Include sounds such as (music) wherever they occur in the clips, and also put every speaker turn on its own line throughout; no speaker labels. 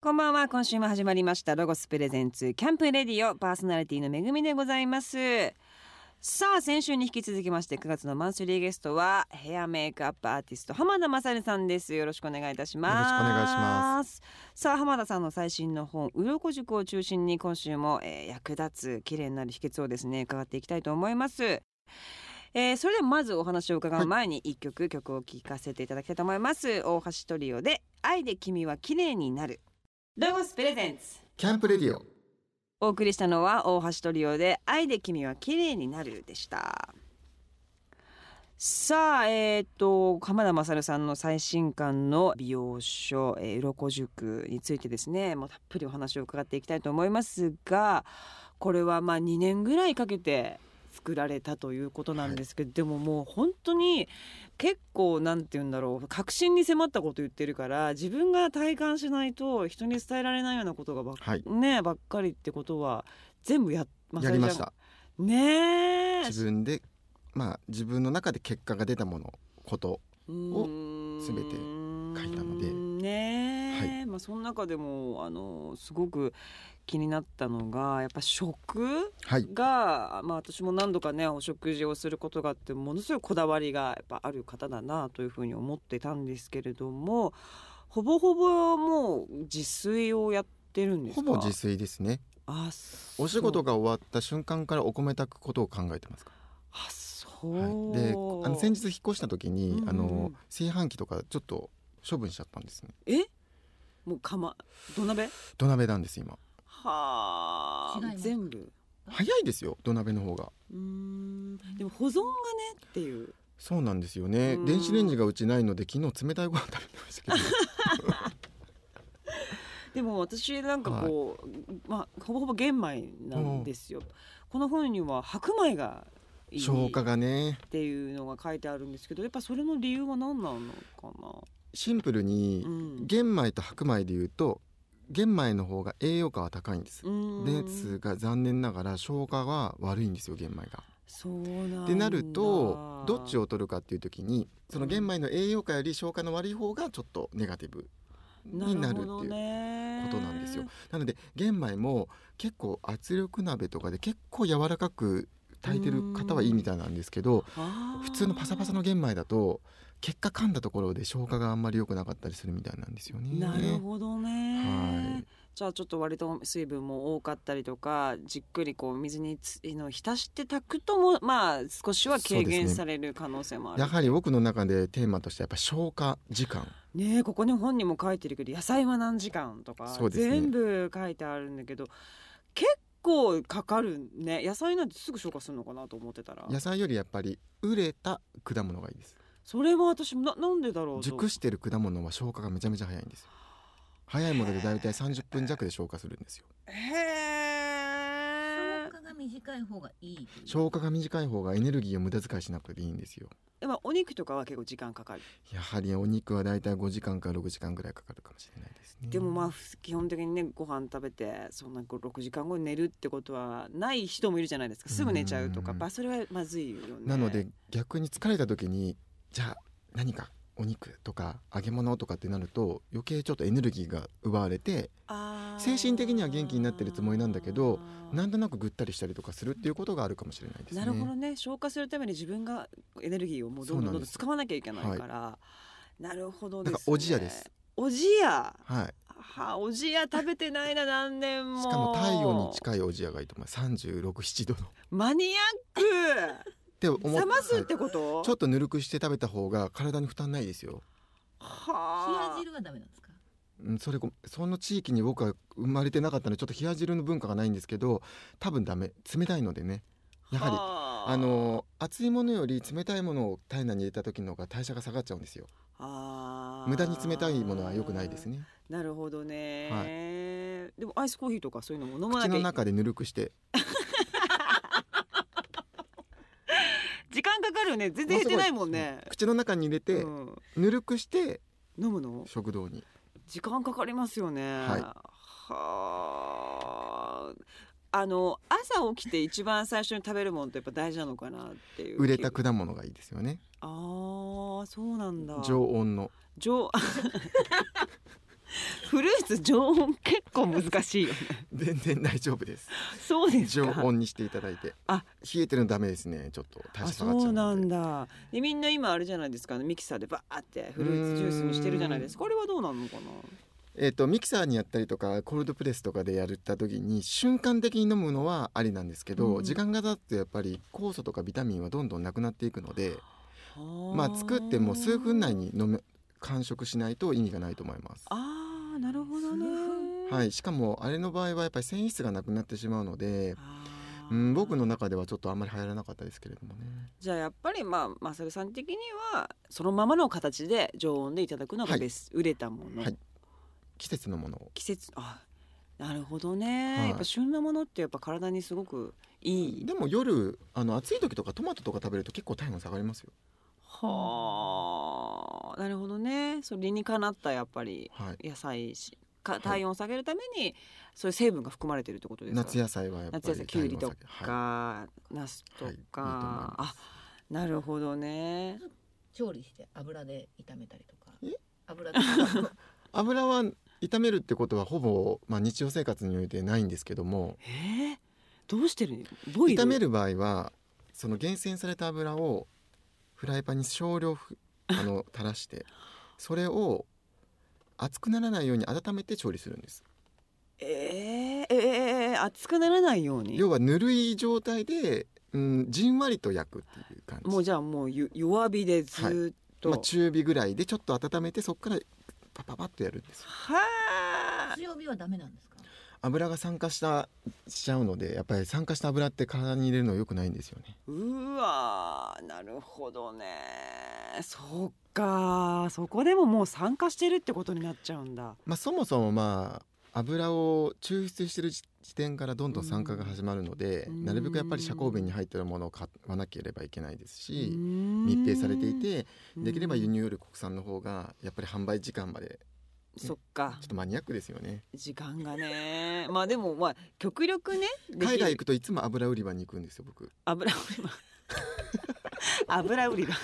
こんばんは今週も始まりましたロゴスプレゼンツキャンプレディオパーソナリティのめぐみでございますさあ先週に引き続きまして9月のマンスリーゲストはヘアメイクアップアーティスト浜田雅さんですよろしくお願いいたします
よろしくお願いします
さあ浜田さんの最新の本鱗塾を中心に今週も、えー役立つ綺麗になる秘訣をですね伺っていきたいと思いますえーそれではまずお話を伺う前に一曲、曲を聴かせていただきたいと思います大橋トリオで愛で君は綺麗になるロゴスプレゼンツ
キャンプレディオ
お送りしたのは大橋トリオで愛で君は綺麗になるでしたさあえっ、と鎌田勝さんの最新刊の美容書「えー、鱗塾」についてですねもうたっぷりお話を伺っていきたいと思いますがこれはまあ2年ぐらいかけて作られたということなんですけど、でももう本当に結構なんて言うんだろう確信に迫ったこと言ってるから自分が体感しないと人に伝えられないようなことがばっ
はい
ねばっかりってことは全部や,、まあ
やりまし。た
それじゃねえ。
自分でまあ自分の中で結果が出たものことを
す
全て書いたので
ねえ、
は
まあその中でもあのすごく気になったのがやっぱ食
はい
が、まあ私も何度かねお食事をすることがあってものすごいこだわりがやっぱある方だなというふうに思ってたんですけれども、ほぼほぼもう自炊をやってるんです
ほ
か。
ぼ自炊ですね
あ
お仕事
が
が終わった瞬間からお米炊くことを考えてますか
あそう、
ら、はい、でこあの先日引っ越した時に、
うんうん
あの炊飯器とかちょっと処分しちゃったんですね
えもう釜土鍋は
土鍋なんです今
あ
違います
全部
早いですよ土鍋の方が
うーんでも保存がねっていう
そうなんですよね
うん
電子レンジがうちないので昨日冷たいご飯食べてましたけど
でも私なんかこう、まあほぼほぼ玄米なんですよこの本には白米が (laughs) いい
消化
っ
がね
ていうのが書いてあるんですけどやっぱそれの理由は何なのか
シンプルに
な、うん
玄米と白米でいうと玄米の方が栄養価は高いんです
うーん
ですが残念ながら消化が悪いんですよ玄米が。
そうなんだ
ってなるとどっちを取るかっていう時にその玄米の栄養価より消化の悪い方がちょっとネガティブになるってい
ほ
う
ど
こと
ね
なんですよ。なので玄米も結構圧力鍋とかで結構柔らかく炊いてる方はいいみたいなんですけど
あー
普通のパサパサの玄米だと結果噛んだところで消化があんまり良くなかったりするみたいなんですよね。
なるほどね、
はい
じゃあちょっと割と水分も多かったりとかじっくりこう水につの浸して炊くともまあ少しは軽
そうです
減
ね
される可能性もある
やはり僕の中でテーマとしてやっぱ消化時間
ねえここに本にも書いてるけど野菜は何時間とか、
そうですね
全部書いてあるんだけど結構かかるね野菜なんてすぐ消化するのかなと思ってたら
野菜よりやっぱり熟れた果物がいいです
それは私もななんでだろうと
熟してる果物は消化がめちゃめちゃ早いんですよ早いものでだいたい30分弱で消化するんですよ
へ
消化が短い方がいいという
消化が短い方がエネルギーを無駄遣いしなくていいんですよ
えまあお肉とかは結構時間かかる
やはりお肉はだいたい5時間から6時間ぐらいかかるかもしれないですね
でもまあふ基本的にねご飯食べてそんなこう6時間後に寝るってことはない人もいるじゃないですかすぐ寝ちゃうとか
うん
まあそれはまずいよね
なので逆に疲れた時にじゃあ何かお肉とか揚げ物とかってなると余計ちょっとエネルギーが奪われて精神的には元気になってるつもりなんだけど
な
な
ん
んとなくぐったりしたりとかするっていうことがあるかもしれないですね。
なるほどね消化するために自分がエネルギーをもうどんどん
そ
ど
うなんん
どん
です
使わなきゃいけないから、なるほどです、ね、
なんかおじやです
おじや
はい。
はおじや食べてないな何年も
しかも太陽に近いおじやがいいと思います。三十六七度の。っ
マニアッ
て思
ク
っ
冷ますって
は
こと、
いちょっとぬるくして食べた方が体に負担ないですよ。
はあ
冷や汁はダメなんですか
うん、それこその地域に僕は生まれてなかったのでちょっと冷や汁の文化がないんですけど多分ダメ冷たいのでねやはり
は
あの熱いものより冷たいものを体内に入れた時の方が代謝が下がっちゃうんですよ
あー
無駄に冷たいものは良くないですね
なるほどね、でもアイスコーヒーとかそういうのも飲まな
口の
きゃ
中でぬるくして
時間かかるよね全然減ってないもん
も
ね
のすごい口の中に入れて
うん
ぬるくして
飲むの
食堂に
時間かかりますよね
はい
はああの朝起きて一番最初に食べるものってやっぱ大事なのかなっていう
売れた果物がいいですよね
あーそうなんだ
常温の
常 (laughs) フルーツ常温結構難しい
(laughs)
よね。
全然大丈夫です
そうです
常
か。
温にしていただいて
あ
冷えてるのダメですねちょっと代
あ
謝下
そ
がっちゃ
うな
うんので
だでみんな今あれじゃないですかあのミキサーでバーってフルーツジュースにしてるじゃないですかこれはどうなのかな
えっ、とミキサーにやったりとかコールドプレスとかでやった時に瞬間的に飲むのはありなんですけど、
うん
時間が経つとやっぱり酵素とかビタミンはどんどんなくなっていくのでまあ作っても数分内に飲む完食しないと意味がないと思います
あーなるほどね
はいいしかもあれの場合はやっぱり繊維質がなくなってしまうのでうん僕の中ではちょっとあんまり流行らなかったですけれどもね
じゃあやっぱりまあマサルさん的にはそのままの形で常温でいただくのが
はい
ベス、売れたもの、
はい季節のものを
季節あなるほどね、
はい
やっぱ旬なものってやっぱ体にすごくいい
でも夜あの暑い時とかトマトとか食べると結構体温下がりますよ
はあなるほどねそれにかなったやっぱり
はい
野菜しか
い
体温を下げるために、そういう成分が含まれているってことですか
夏野菜はやっぱり
夏野菜きゅうりと
体温
か、ナスと
下げはい、
か、
はいいいと思いま
あ
す
なるほどね
調理して油で炒めたりとか
え
油で
油は炒めるってことはほぼ、まあ、日常生活においてないんですけども
えー、どうしてるボイル
炒める場合はその厳選された油をフライパンに少量ふ
(laughs)
あの垂らしてそれを熱くならないように温めて調理するんです
えー、えー、熱くならないように
要はぬるい状態で、うん、じんわりと焼くっていう感じ
もうじゃあもうゆ弱火でずーっと、
まあ、中火ぐらいでちょっと温めてそこからパパパッとやるんですよ
はあ
強火はダメなんですか
油が酸化したしちゃうのでやっぱり酸化した油って体に入れるの良くないんですよね
うわーなるほどねそっかそこでももう酸化してるってことになっちゃうんだ
まあ、そもそもまあ油を抽出してる時時点からどんどん酸化が始まるので、
うん
なるべくやっぱり遮光瓶に入ってるものを買わなければいけないですし、密
密
閉されていてできれば輸入より国産の方がやっぱり販売時間まで
そっか
ちょっとマニアックですよね
時間がねまあでもまあ極力ねできる
海外行くといつも油売り場に行くんですよ僕
油売
(laughs)
り場油売り場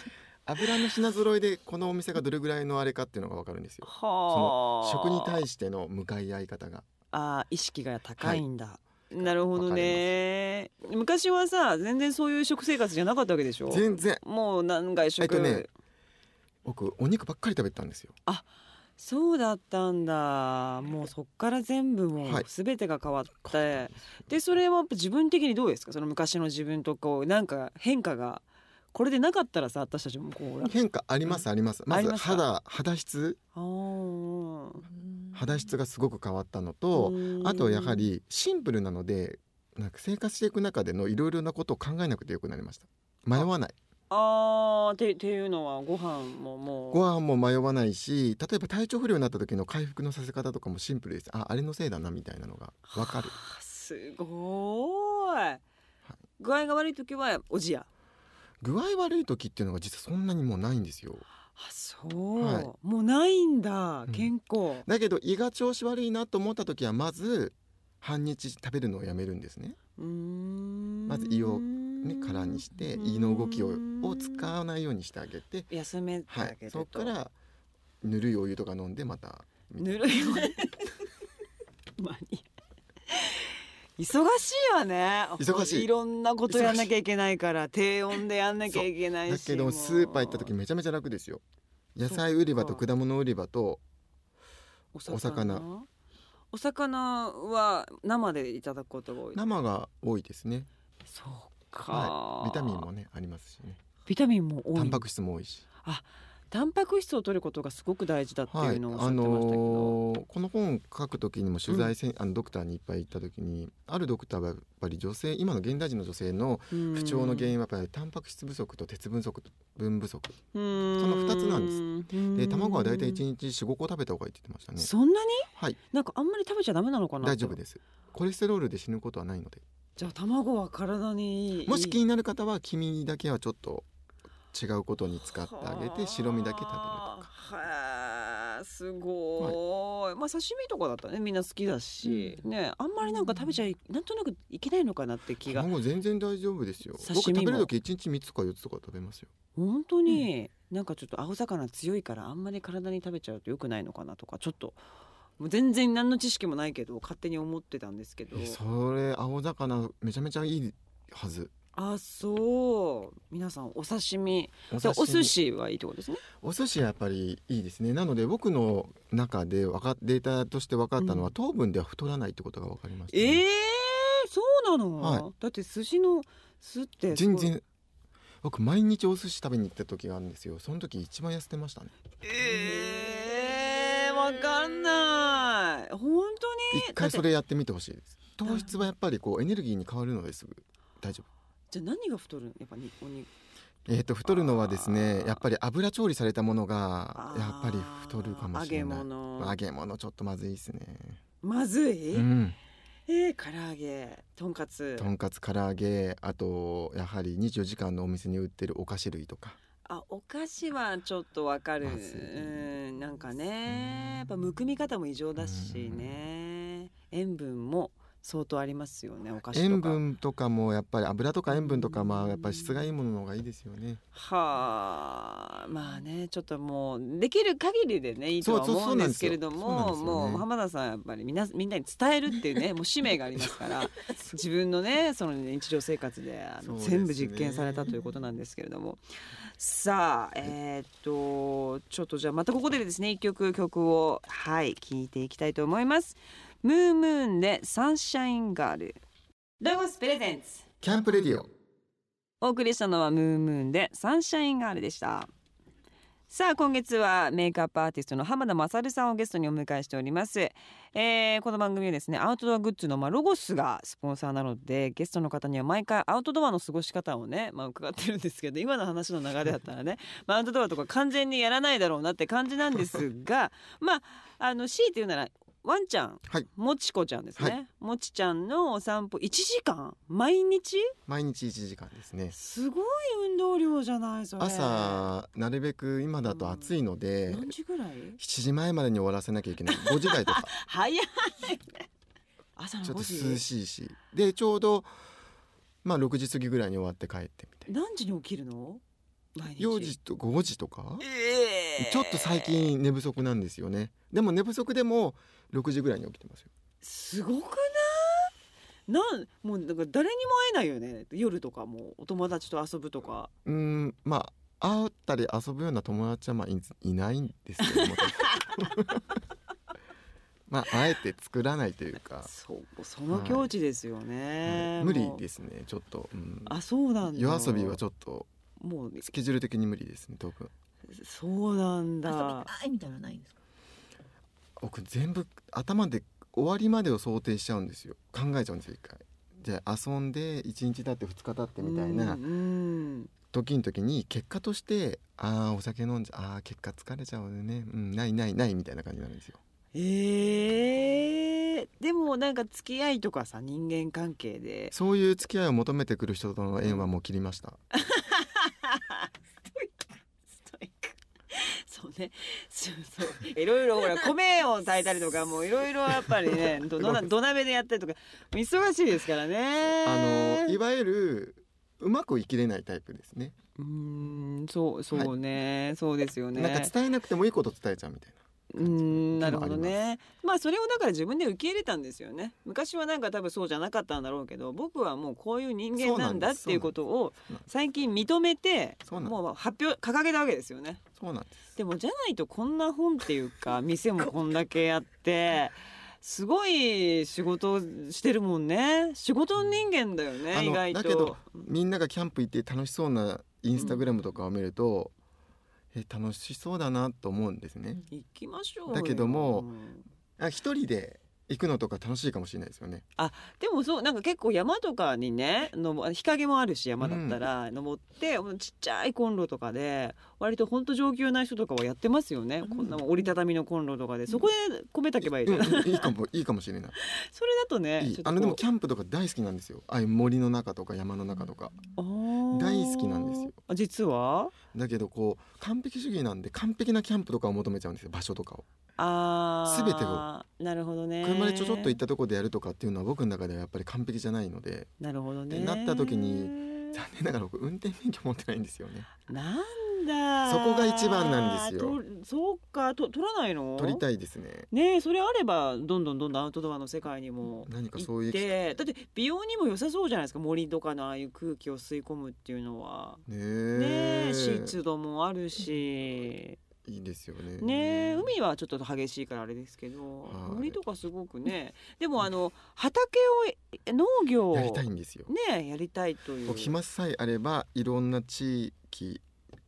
油の品揃えでこのお店がどれぐらいのあれかっていうのが分かるんですよ
はあ
食に対しての向かい合い方が
あー意識が高いんだ、なるほどね昔はさ全然そういう食生活じゃなかったわけでしょ
全然
もう何外食、
えっとね僕お肉ばっかり食べてたんですよ
そうだったんだもうそっから全部も
は
う
い
全てが変わって、でそれはやっぱ自分的にどうですかその昔の自分とこうなんか変化がこれでなかったらさ私たちもこうほら
変化ありますあります、
あ
ま
り
ず
ますか
肌肌質
あー
肌質がすごく変わったの
う
と、
ーん
あとやはりシンプルなのでなんか生活していく中でのいろいろなことを考えなくてよくなりました迷わない
あーてっていうのはご飯ももう
ご飯も迷わないし例えば体調不良になった時の回復のさせ方とかもシンプルですああれのせいだなみたいなのがわかる
はあすごーい具合が悪い時はおじや
具合悪い時っていうのが実はそんなにもうないんですよ
あそう、
はい
もうないんだ
うん
健康、
だけど胃が調子悪いなと思った時はまず半日食べるのをやめるんですね、
うーん
まず胃をね、空にして胃の動きをを使わないようにしてあげて
休めて
は
あ
い
げ、ると、
そこからぬるいお湯とか飲んでまたみたい
ぬ
な
るいわマニア忙しいわね
忙しい
いろんなことやんなきゃいけないから低温でやんなきゃいけないし
だけ
も
ど
う
スーパー行った時めちゃめちゃ楽ですよ野菜売り場と
そっか
果物売り場と
お
お魚
お魚は生でいただくことが多い
生が多いですね
そうか、
はいビタミンもねありますしね
ビタミンも多い
タンパク質も多いし
タンパク質を取ることがすごく大事だって
はいいうあ
のをおっしゃってましたけど、
のーこの本書く時にも取材せん、あのドクターにいっぱい行った時にあるドクターはやっぱり女性今の現代人の女性の不調の原因はやっぱりタンパク質不足と鉄分不足分不足
そ
の
の
二つなんです
ん
で卵は大体1日45個食べた方がいいって言ってましたね
そんなに
はい
なんかあんまり食べちゃダメなのかな
大丈夫
す
ですコレステロールで死ぬことはないので
じゃあ卵は体にいい
もし気になる方は黄身だけはちょっと違うことに使ってあげて白身だけ食べるとか
はあすごい、まあ刺身とかだったらねみんな好きだし、ねあんまりなんか食べちゃいなんとなくいけないのかなって気が
卵全然大丈夫ですよ
刺身も
僕食べる時1日3つとか4つとか食べますよ
本当に、なんかちょっと青魚強いからあんまり体に食べちゃうと良くないのかなとかちょっともう全然何の知識もないけど勝手に思ってたんですけど
えそれ青魚めちゃめちゃいいはず
あそう皆さんお刺身
お
じゃあお
刺
寿
身
司はいいってことですね
お寿司はやっぱりいいですねなので僕の中でわかデータとして分かったのは、
うん
糖分では太らないってことが分かりましたね、
ええそうなの、
はい
だって寿司の酢って
全然僕毎日お寿司食べに行った時があるんですよその時一番痩せてましたね
ええわかんない本当に
一回そ
だって
れやってみてほしいです糖質はやっぱりこうエネルギーに変わるのですぐ大丈夫
じゃあ何が太るのやっぱにお肉
えー、と太るのはです
あ
ね
ー
やっぱり油調理されたものがやっぱり太るかもしれない
揚げ物
揚げ物ちょっとまずいですね
まずい、
うん
えー、唐揚げとんかつ
とんかつ唐揚げあとやはり24時間のお店に売ってるお菓子類とか
あお菓子はちょっとわかる、
まずい
うんなんか
うん
ねやっぱむくみ方も異常だしね塩分も相当ありますよねお菓子とか
塩分とかもやっぱり油とか塩分とかま
う
あ
ん
やっぱり質がいいものの方がいいですよね
はあまあねちょっともうできる限りでねいいとは
そうそう
思うんですけれども
そ
も
うなんですよそうなんですよね
う浜田さんはやっぱりみんなみんなに伝えるっていうねもう使命があります
(laughs)
から自分のねその日常生活であの
そうですね
全部実験されたということなんですけれどもさあえーっとちょっとじゃあまたここでですね一曲曲をはい聴いていきたいと思います。ムームーンでサンシャインガールロゴスプレゼンツ
キャンプレディオ
お送りしたのはムーンムーンでサンシャインガールでしたさあ今月はメイクアップアーティストの浜田勝さんをゲストにお迎えしております、えーこの番組はですねアウトドアグッズのまあロゴスがスポンサーなのでゲストの方には毎回アウトドアの過ごし方をねまあ伺ってるんですけど今の話の流れだったらねまあアウトドアとか完全にやらないだろうなって感じなんですが (laughs) まああの C っていうならワンちゃん、
はい
もちこちゃんですね、
は
もちちゃんのお散歩1時間毎日
毎日1時間ですね
すごい運動量じゃないそれ
朝なるべく今だと暑いので、
何時ぐらい
7時前までに終わらせなきゃいけない5時
(laughs)
台とか
早い朝の
ちょっと
5
涼
時
しいしでちょうどまあ6時過ぎぐらいに終わって帰ってみたい
何時に起きるの毎日
4時と5時とか
ええ
ちょっと最近寝不足なんですよねでも寝不足でも6時ぐらいに起きてますよ
すごくないなんもうなんか誰にも会えないよね夜とかもお友達と遊ぶとか
うーんまあ会ったり遊ぶような友達はまあいいないんですけどもまああえて作らないというか、
そうその境地ですよね、
無理
もう
ですねちょっと、うん
あそうなんだ
夜遊びはちょっと
もう
スケジュール的に無理ですね多分
そうなん
遊び
だ
たいみたいなのないんですか。
僕全部頭で終わりまでを想定しちゃうんですよ考えちゃうんですよ一回じゃあ遊んで1日経って2日経ってみたいな
うんうん
時の時に結果としてああお酒飲んじゃああー結果疲れちゃうねうんないないないみたいな感じになるんですよ
えー、でもなんか付き合いとかさ人間関係で
そういう付き合いを求めてくる人との縁はもう切りました
ストイックそうねそうそういろいろほら米を炊いたりとかもういろいろやっぱり (laughs) ねどどな土鍋でやったりとか忙しいですからね
あのい
の
わゆるうまく生きれないタイプですね
うーんそうそうね、そうですよね
なんか伝えなくてもいいこと伝えちゃうみたいな
うーんなるほど
でも
ねまあそれをだから自分で受け入れたんですよね昔はなんか多分そうじゃなかったんだろうけど僕はもうこういう人間なんだっていうことを
そうなんで
最近認めて
そうなんです
もう発表掲げたわけですよね
そうなんです
でもじゃないとこんな本っていう
(laughs)
か店もこんだけやってすごい仕事してるもんね仕事人間だよ
あ
ね
の
意外と
だけどみんながキャンプ行って楽しそうなインスタグラムとかを見ると、え楽しそうだなと思うんですね
行きましょうよ
だけどもあ一人で行くのとか楽しいかもしれないですよね
でもそうなんか結構山とかにねの日陰もあるし山だったら登って、ちっちゃいコンロとかで割とほんと上級な人とかはやってますよね、
うん
こんなもん折りたたみのコンロとかでそこで米炊けばいいじゃん、
うんうんいいかもいいかもし
(laughs)
れない
それだとね
いい
ちょっとこ
あ
う
のでもキャンプとか大好きなんですよああいう森の中とか山の中とか
あー
大好きなんですよ
あ実は
だけどこう完璧主義なんで完璧なキャンプとかを求めちゃうんですよ場所とかを
あー
全てを
なるほどね
車でちょちょっと行ったたとこでやるとかっていうのは僕の中ではやっぱり完璧じゃないので
なるほどね (laughs)
ってなった時に残念ながら僕運転免許持ってないんですよね
なんなんだ
そこが一番なんですよ
とそうかと取らないの
取りたいですね
ねえそれあればどんどんどんどんアウトドアの世界にも
何かそ
行
うい
っ
う機会
てだって美容にも良さそうじゃないですか森とかのああいう空気を吸い込むっていうのは。
ね
ね
え
え湿度もあるし、
いいですよね
ねえ海はちょっと激しいからあれですけど
はい
森とかすごくね (laughs) でもあの畑をえ農業を
やりたいんですよ
ねえやりたいという
僕暇さえあればいろんな地域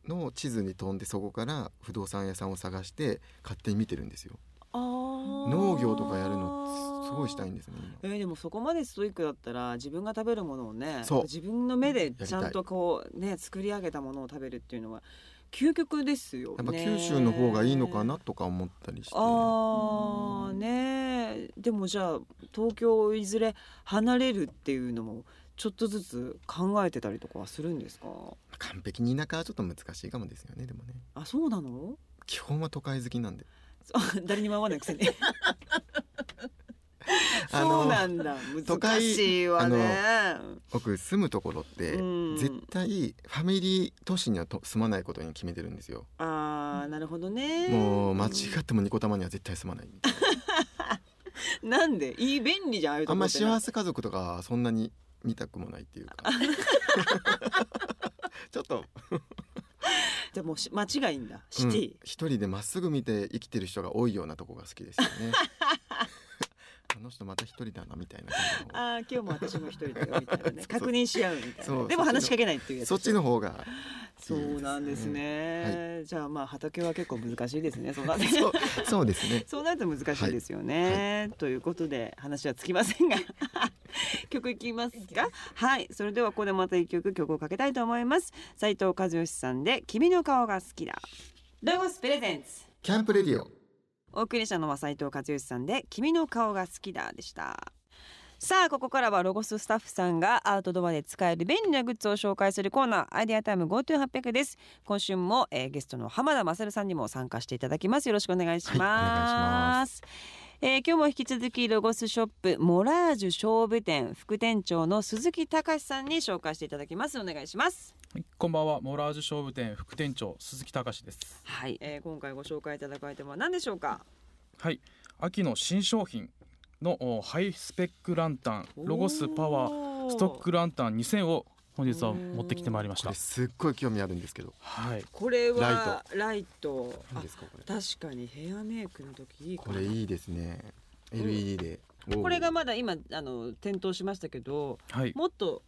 の地図に飛んでそこから不動産屋さんを探して勝手に見てるんですよ農
農
業とかやるのすすごいしたいんですね今
えー、でもそこまでストイックだったら自分が食べるものをね
そう
自分の目で
たい
ちゃんとこうね作り上げたものを食べるっていうのは究極ですよね
やっぱ九州の方がいいのかなとか思ったりして
あー
うん
ねえでもじゃあ東京をいずれ離れるっていうのもちょっとずつ考えてたりとかはするんですか
完璧に田舎はちょっと難しいかもですよねでもね
あそうなの
基本は都会好きなんで
そう誰にも会わないくせに
あの
(laughs) そうなんだ
都
難
会
しいわね
僕住むところって
うん
絶対ファミリー都市にはと住まないことに決めてるんですよ
あーなるほどね
もう間違ってもニコ玉には絶対住まないみたいな
なんでいい便利じゃんああいうと
あん
こ
ま
ってな
幸せ家族とかはそんなに見たくもないっていう
(laughs)
かちょっと
でもし街がいいんだシティ、
うん一人でまっすぐ見て生きてる人が多いようなとこが好きですよ
(laughs)
ねあの人また一人だなみたいな感じの
ああ今日も私も一人だよみたいなね
(laughs) そう
確認し合うみたい
そ
な
う
でも話しかけないっていうやつ
そっちの方が
そうなんですね、じゃあまあ畑は結構難しいです (laughs) ね (laughs) そうなって
そうそうですね
そうなると難しいですよね、ということで話はつきませんが (laughs) 曲いきますかはいそれではここでまた一曲曲をかけたいと思います斉藤和義さんで君の顔が好きだロゴスプレゼンツ
キャンプレディオ
お送りしたのは斉藤和義さんで君の顔が好きだでしたさあここからはロゴススタッフさんがアウトドアで使える便利なグッズを紹介するコーナーアイデアタイム GoTo800 です今週も、えーゲストの浜田勝さんにも参加していただきますよろしくお願いします,、
はいお願いしま
えー今日も引き続きロゴスショップモラージュ勝負店副店長の鈴木隆さんに紹介していただきますお願いします
はいこんばんはモラージュ勝負店副店長鈴木隆です
はい、えー今回ご紹介いただくアイテムは何でしょうか
はい秋の新商品のおハイスペックランタンロゴスパワー
ー
ストックランタン2000を本日は持ってきてまいりまし
こ
た
れすっごい興味あるんですけど
はい
これはライト
何ですかこれ
あ確かにヘアメイクの時いいか
こ
も
れいいですね LED で、おー
これがまだ今あの点灯しましたけど
はい
もっと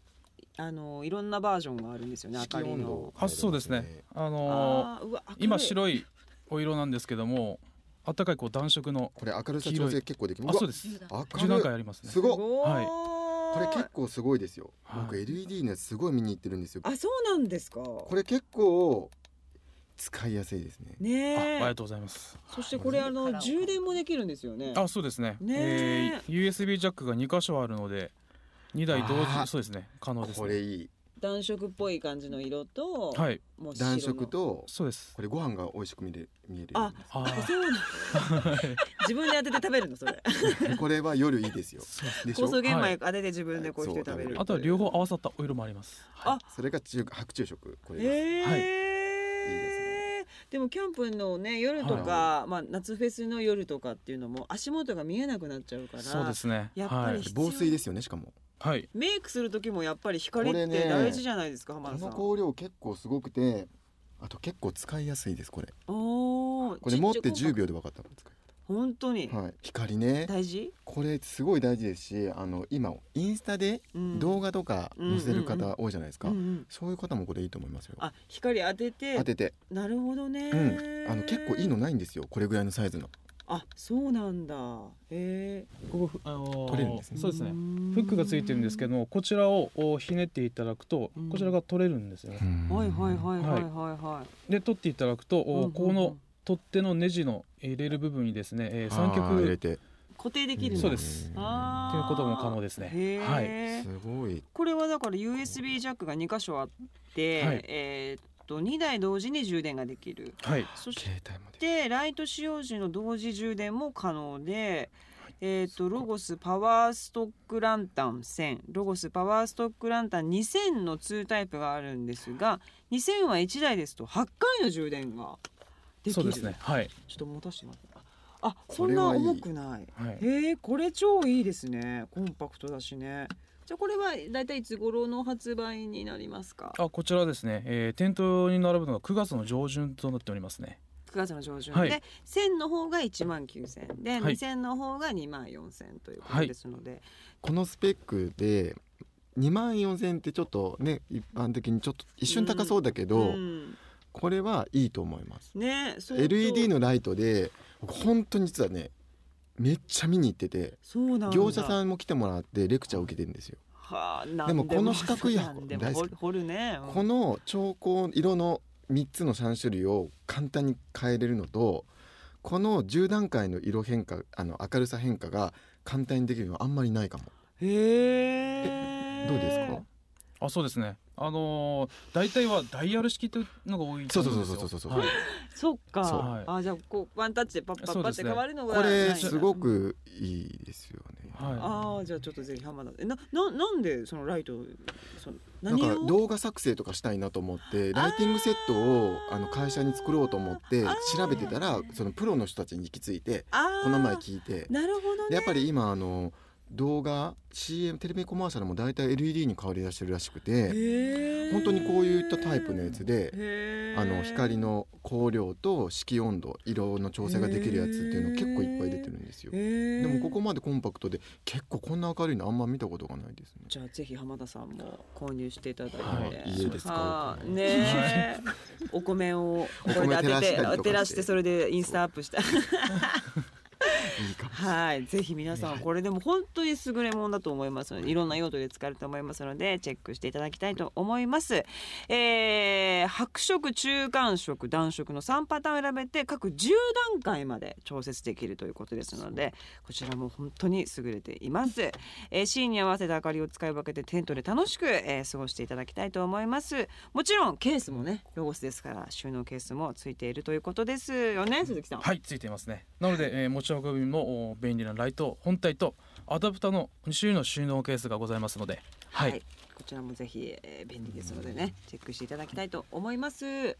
あのいろんなバージョンがあるんですよね明
色
かり
温度
の
を。
あそうですねあのー
あーうわ明るい
今白いお色なんですけどもあったかいこう暖色の
これ明るさ調
黄色
整
い
結構できま
あ
す
そうです
急だ
明るい
10段階ありますね
すごっ
はい
こ
こ
れ結構すごいですよ、
はい
僕 LED のやつすごい見に行ってるんですよ
あそうなんですか。
これ結構使いやすいですね
ああり
ね
が
え。
とうございます
そしてこれあの充電もできるんですよね。
あそうですね
ねえ
えー USB ジャックが2箇所あるので2台同
あー
時そうですね可能です
こ
ね
れいい
暖色っぽい感じの色と、
はい
もう白の
暖色。と
そうです
これご飯が美味しく見れ見える
あ
あ
あ
ー
そうなんだ
はい
自分で当てて食べるのそれ。
これは夜いいですよ
そうです
でし
酵素
ょ
玄米当てて自分でこう一
はい
人食べる
そう食べる
(laughs) あとは両方合わさったお色もあります。
あ
それが中白昼食これが、
え
はい
えでもキャンプのね夜とか、まあ夏フェスの夜とかっていうのも足元が見えなくなっちゃうから
そうですね。
やっぱり
防水ですよねしかも
はい。はい。
メイクする時もやっぱり光っ
こ
て
れね
大事じゃないですか、
こ
浜田さ
の
ん。
香料結構すごくてあと結構使いやすいですこれ
おー
これ持って
ちちゃ
10秒で分かった
本当に、
はい、光ね
大事、
これすごい大事ですしあの今インスタで
うん
動画とか載せる方多いじゃないですか、
うんうん
そういう方もこれいいと思いますよ
あ光当てて
当てて、
なるほどね、
うん、あの結構いいのないんですよこれぐらいのサイズの
あそうなんだへえ
ここあの
取れるんですね
そうですね。フックがついてるんですけども、こちらをおひねっていただくと
うん、
こちらが取れるんですよね。
はいはいはいはいはいはい、
で、取っていただくと、
うんうんう
お
ん
ここの取っ手のネジの入れる部分にですね、えー三
あー入れ
脚
て
固定できるんだ
そうです
あ
ということも可能ですねはい
い
すごい
これはだから USB ジャックが2箇所あって、
はい
えーっと2台同時に充電ができる
はい。
そし
携帯もできる
てライト使用時の同時充電も可能でえー、とロゴスパワーストックランタン1000ロゴスパワーストックランタン2000の2タイプがあるんですが2000は1台ですと8回の充電ができる
そうですねはい、
ちょっと持たせてもらってあそんな重くない
はい、
へえこれ超いいですねコンパクトだしねじゃあこれはだいたいいつ頃の発売になりますか
あこちらですね、えー、店頭に並ぶのが9月の上旬となっておりますね
9月の上旬で、
はい
1000の方が1万9000円で、
はい
2000の方が2万4000ということですので、
このスペックで2万4000ってちょっとね一般的にちょっと一瞬高そうだけど、
うん
これはいいと思います
ね相当
LED のライトで僕本当に実はねめっちゃ見に行ってて
そうなんだ
業者さんも来てもらってレクチャーを受けてるんですよ
はあ、なん
でもこの四角い
なん
箱
でも
大好
掘
き
る掘るね、うん
この調光色の3つの3種類を簡単に変えれるのとこの10段階の色変化あの明るさ変化が簡単にできるのはあんまりないかも
へえ
どうですか
あそうですねあのー、大体はダイヤル式というのが多いと思んですよ
そうそうそうそうそう
はい、
そっか
そう
はい
あじゃあこうワンタッチでパッパッ
そう
パ
で
って
すね
変わるのが
こ
な
れ
い
すごくいいですよね
はい
ああじゃあちょっとぜひ浜田えなななんでそのライトその
なん
何
か
を
動画作成とかしたいなと思ってライティングセットをあの会社に作ろうと思って
あー
調べてたらそのプロの人たちに行き着いて
あー
この前聞いて
なるほど
で
ね
やっぱり今あの動画 CM テレビコマーシャルも大体 LED に変わり出してるらしくて
へー
本当にこういったタイプのやつで
へー
あの光の光量と色温度色の調整ができるやつっていうの結構いっぱい出てるんですよ
へ。ー
でもここまでコンパクトで結構こんな明るいのあんま見たことがないですね。
じゃあぜひ浜田さんも購入していただいて、
はい
家で使う
はいねえ
(laughs)
お米をこれで当てて
お米照らしたりとかして
照らしてそれでインスタアップして
いいかもしれない
はいぜひ皆さんこれでも本当に優れものだと思いますのでいろんな用途で使えると思いますのでチェックしていただきたいと思います、えー白色中間色暖色の3パターンを選べて各10段階まで調節できるということですのでこちらも本当に優れていますえー、シーンに合わせた明かりを使い分けてテントで楽しく、えー過ごしていただきたいと思いますもちろんケースもねロゴスですから収納ケースもついているということですよね鈴木さん、
はいついていますねなので、えー持ち運びもお便利なライト本体とアダプターの2種類の収納ケースがございますのではい、
こちらもぜひ、えー便利ですのでねチェックしていただきたいと思います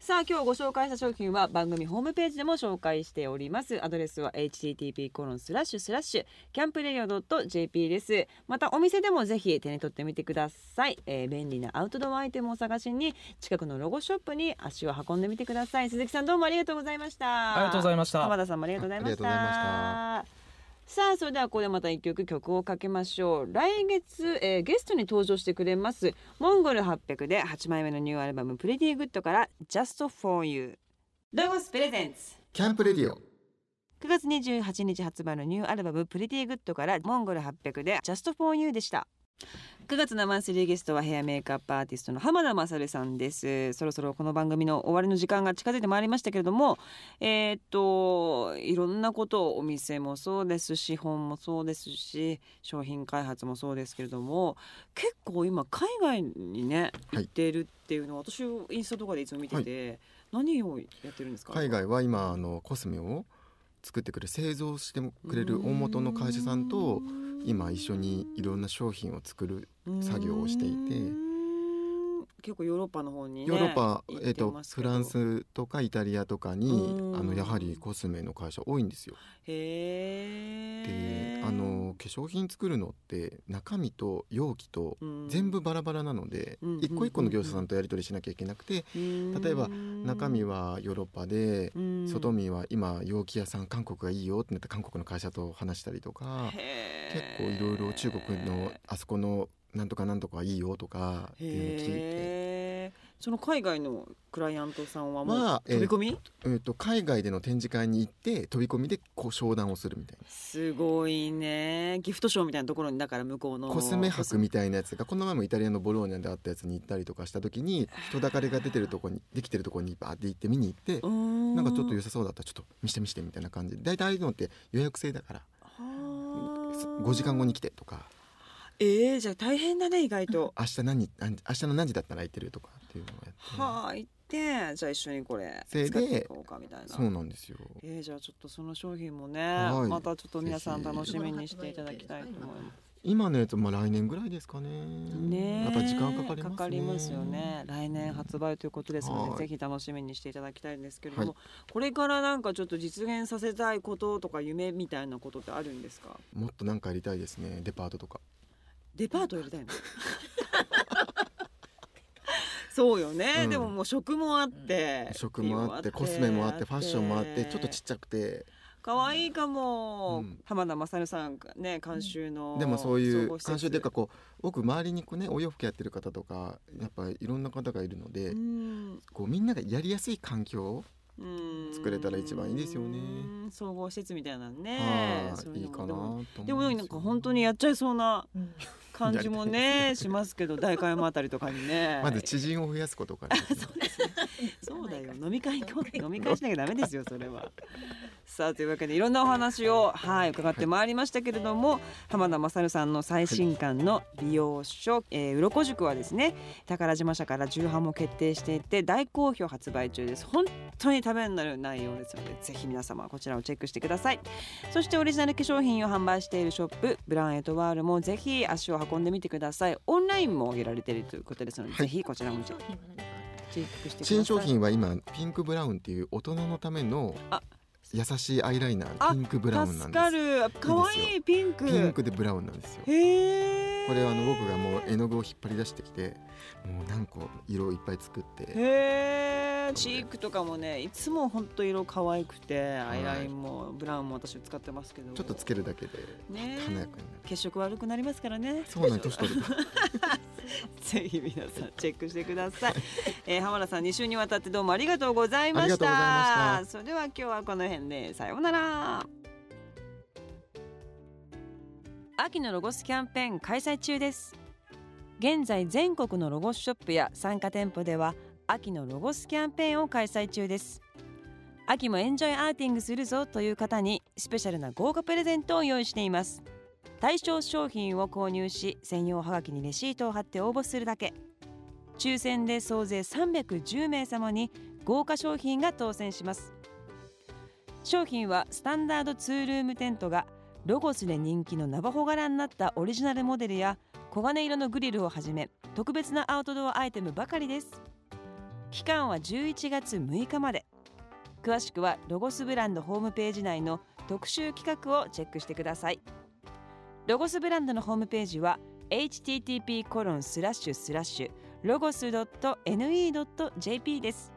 さあ今日ご紹介した商品は番組ホームページでも紹介しておりますアドレスは http コロンスラッシュスラッシュキャンプレディオ .jp ですまたお店でもぜひ手に取ってみてください、えー便利なアウトドアアイテムをお探しに近くのロゴショップに足を運んでみてください鈴木さんどうもありがとうございました
ありがとうございました
浜田さんもありがとうございまし
ありがとうご
た。さあそれではここでまた一曲曲をかけましょう来月、えーゲストに登場してくれますモンゴル800で8枚目のニューアルバム「プレディグッド」から「Just for You」ロゴスプレゼンツ
キャンプレディオ
9月28日発売のニューアルバム「プリティグッドから「モンゴル800」で「Just for You」でした9月のマンスリーゲストはヘアメイクアップアーティストの浜田勝さんですそろそろこの番組の終わりの時間が近づいてまいりましたけれどもえーっといろんなことをお店もそうですし本もそうですし商品開発もそうですけれども結構今海外にね
は
行
い
ってるっていうのを私インスタとかでいつも見てて、何をやってるんですか
海外は今あのコスメを作ってくれる製造してくれる大元の会社さんと今一緒にいろんな商品を作る作業をしていて
うーん結構ヨーロッパの方に、ね、
ヨーロッパ、
行
え
っ
ってと
ますけ
フ
ど
ランスとかイタリアとかに
うん
あのやはりコスメの会社多いんですよ。
へえ
であの化粧品作るのって中身と容器と全部バラバラなので
うん
一個一個の業者さんとやり取りしなきゃいけなくて例
例
えば中身はヨーロッパで外
見
身は今容器屋さん韓国がいいよってなった韓国の会社と話したりとか。結構いろいろ中国のあそこのなんとかなんとかはいいよとかっていうのを聞いて、
へーその海外のクライアントさんはもう、
まあえー
飛び込み
えー、と海外での展示会に行って飛び込みでこう商談をするみたい
すごいねギフトショーみたいなところにだから向こうの
なコスメ博みたいなやつがこの前もイタリアのボローニャであったやつに行ったりとかした時に人だかりが出てるとこにできてるとこにバーって行って見に行って
な
なんかちょっと良さそうだったらちょっと見して見してみたいな感じで大体ああいうのって予約制だから5時間後に来てとか
えー、じゃあ大変だね意外と
明日何何明日の何時だったら空いてるとかっていうのをやって。
はあ行ってじゃあ一緒にこれ
それで
使っていこうかみたいな
そうなんですよ
えー、じゃあちょっとその商品もね、
はい
またちょっと皆さん
ぜひ
楽しみにしていただきたいと思います
今のやつまあ来年ぐらいですかね
ねえ
やっぱ時間かかりますね
かりますよね来年発売ということですので、
はい
ぜひ楽しみにしていただきたいんですけれども、
は
これからなんかちょっと実現させたいこととか夢みたいなことってあるんですか
もっとなんかやりたいですねデパートとか
デパートやり
(laughs)
たいのそうよね、
うん
でももう食もあって、
食もあってコスメもあってファッションもあってちょっとちっちゃくて
可愛いかも、
うん
浜田雅さんがね監修の、
でもそうい
総合施
う
設
監修というかこう僕周りにこうねお洋服やってる方とかやっぱいろんな方がいるので、
うん
こうみんながやりやすい環境を
うん
作れたら一番いいですよね
うん総合施設みたいなのね
は
そうう
い、い
の
い
も
かなと
でも
思うんですよ
でもなんか本当にやっちゃいそうな
うん
感じもねしますけど代官山あたりとかにね
(laughs) まず知人を増やすこと
(laughs)
からですね
そうだよ飲み会行こう
飲
飲み
み
会しなきゃダメですよそれ (laughs) は。さあというわけでいろんなお話を、はい、伺ってまいりましたけれども浜田勝さんの最新刊の美容書「えー、鱗塾」はですね宝島社から重版も決定していて大好評発売中です本当にためになる内容ですのでぜひ皆様こちらをチェックしてくださいそしてオリジナル化粧品を販売しているショップブランエトワールもぜひ足を運んでみてくださいオンラインもやられているということですので、ぜひこちらもチェッ
商品は何か
クしてください
新商品は今ピンクブラウンっていう大人のための
あ
優しいアイライナ
あ
ーピンクブラウンな
助
んで
か
す
る可愛いピンク
ピンクでブラウンなんですよ
へえ
これはあの僕がもう絵の具を引っ張り出してきてもう何個色をいっぱい作って
へえチークとかもねいつも本当色可愛くてアイラインもブラウンも私使ってますけど
ちょっとつけるだけで
ね
華やかになる
血色悪くなりますからね
そうなんです年取ると
ぜひ皆さんチェックしてください、えー、浜田さん2週にわたってどうもありがとうございま
あり
し
がとうござい
た
ま
それでは今日はこの辺でさようなら秋のロゴスキャンペーン開催中です現在全国のロゴスショップや参加店舗では秋のロゴスキャンペーンを開催中です秋もエンジョイアーティングするぞという方にスペシャルな豪華プレゼントを用意しています対象商品を購入し専用はがきにレシートを貼って応募するだけ抽選で総勢310名様に豪華商品が当選します商品はスタンダードツールームテントがロゴスで人気のナバホ柄になったオリジナルモデルや黄金色のグリルをはじめ特別なアウトドアアイテムばかりです期間は11月6日まで詳しくはロゴスブランドホームページ内の特集企画をチェックしてくださいロゴスブランドのホームページは http コロンスラッシュスラッシュロゴス .ne.jp です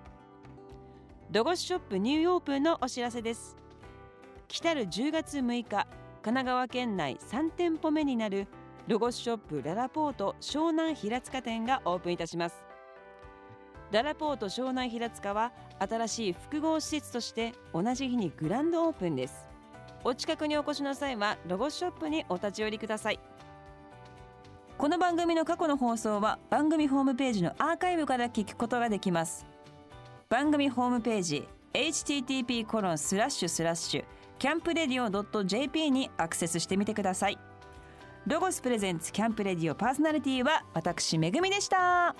ロゴスショップニューオープンのお知らせです来たる10月6日神奈川県内3店舗目になるロゴスショップララポート湘南平塚店がオープンいたしますララポート湘南平塚は新しい複合施設として同じ日にグランドオープンですお近くにお越しの際はロゴスショップにお立ち寄りくださいこの番組の過去の放送は番組ホームページのアーカイブから聞くことができます番組ホームページ http コロンスラッシュスラッシュキャンプレディオ .jp にアクセスしてみてくださいロゴスプレゼンツキャンプレディオパーソナリティは私めぐみでした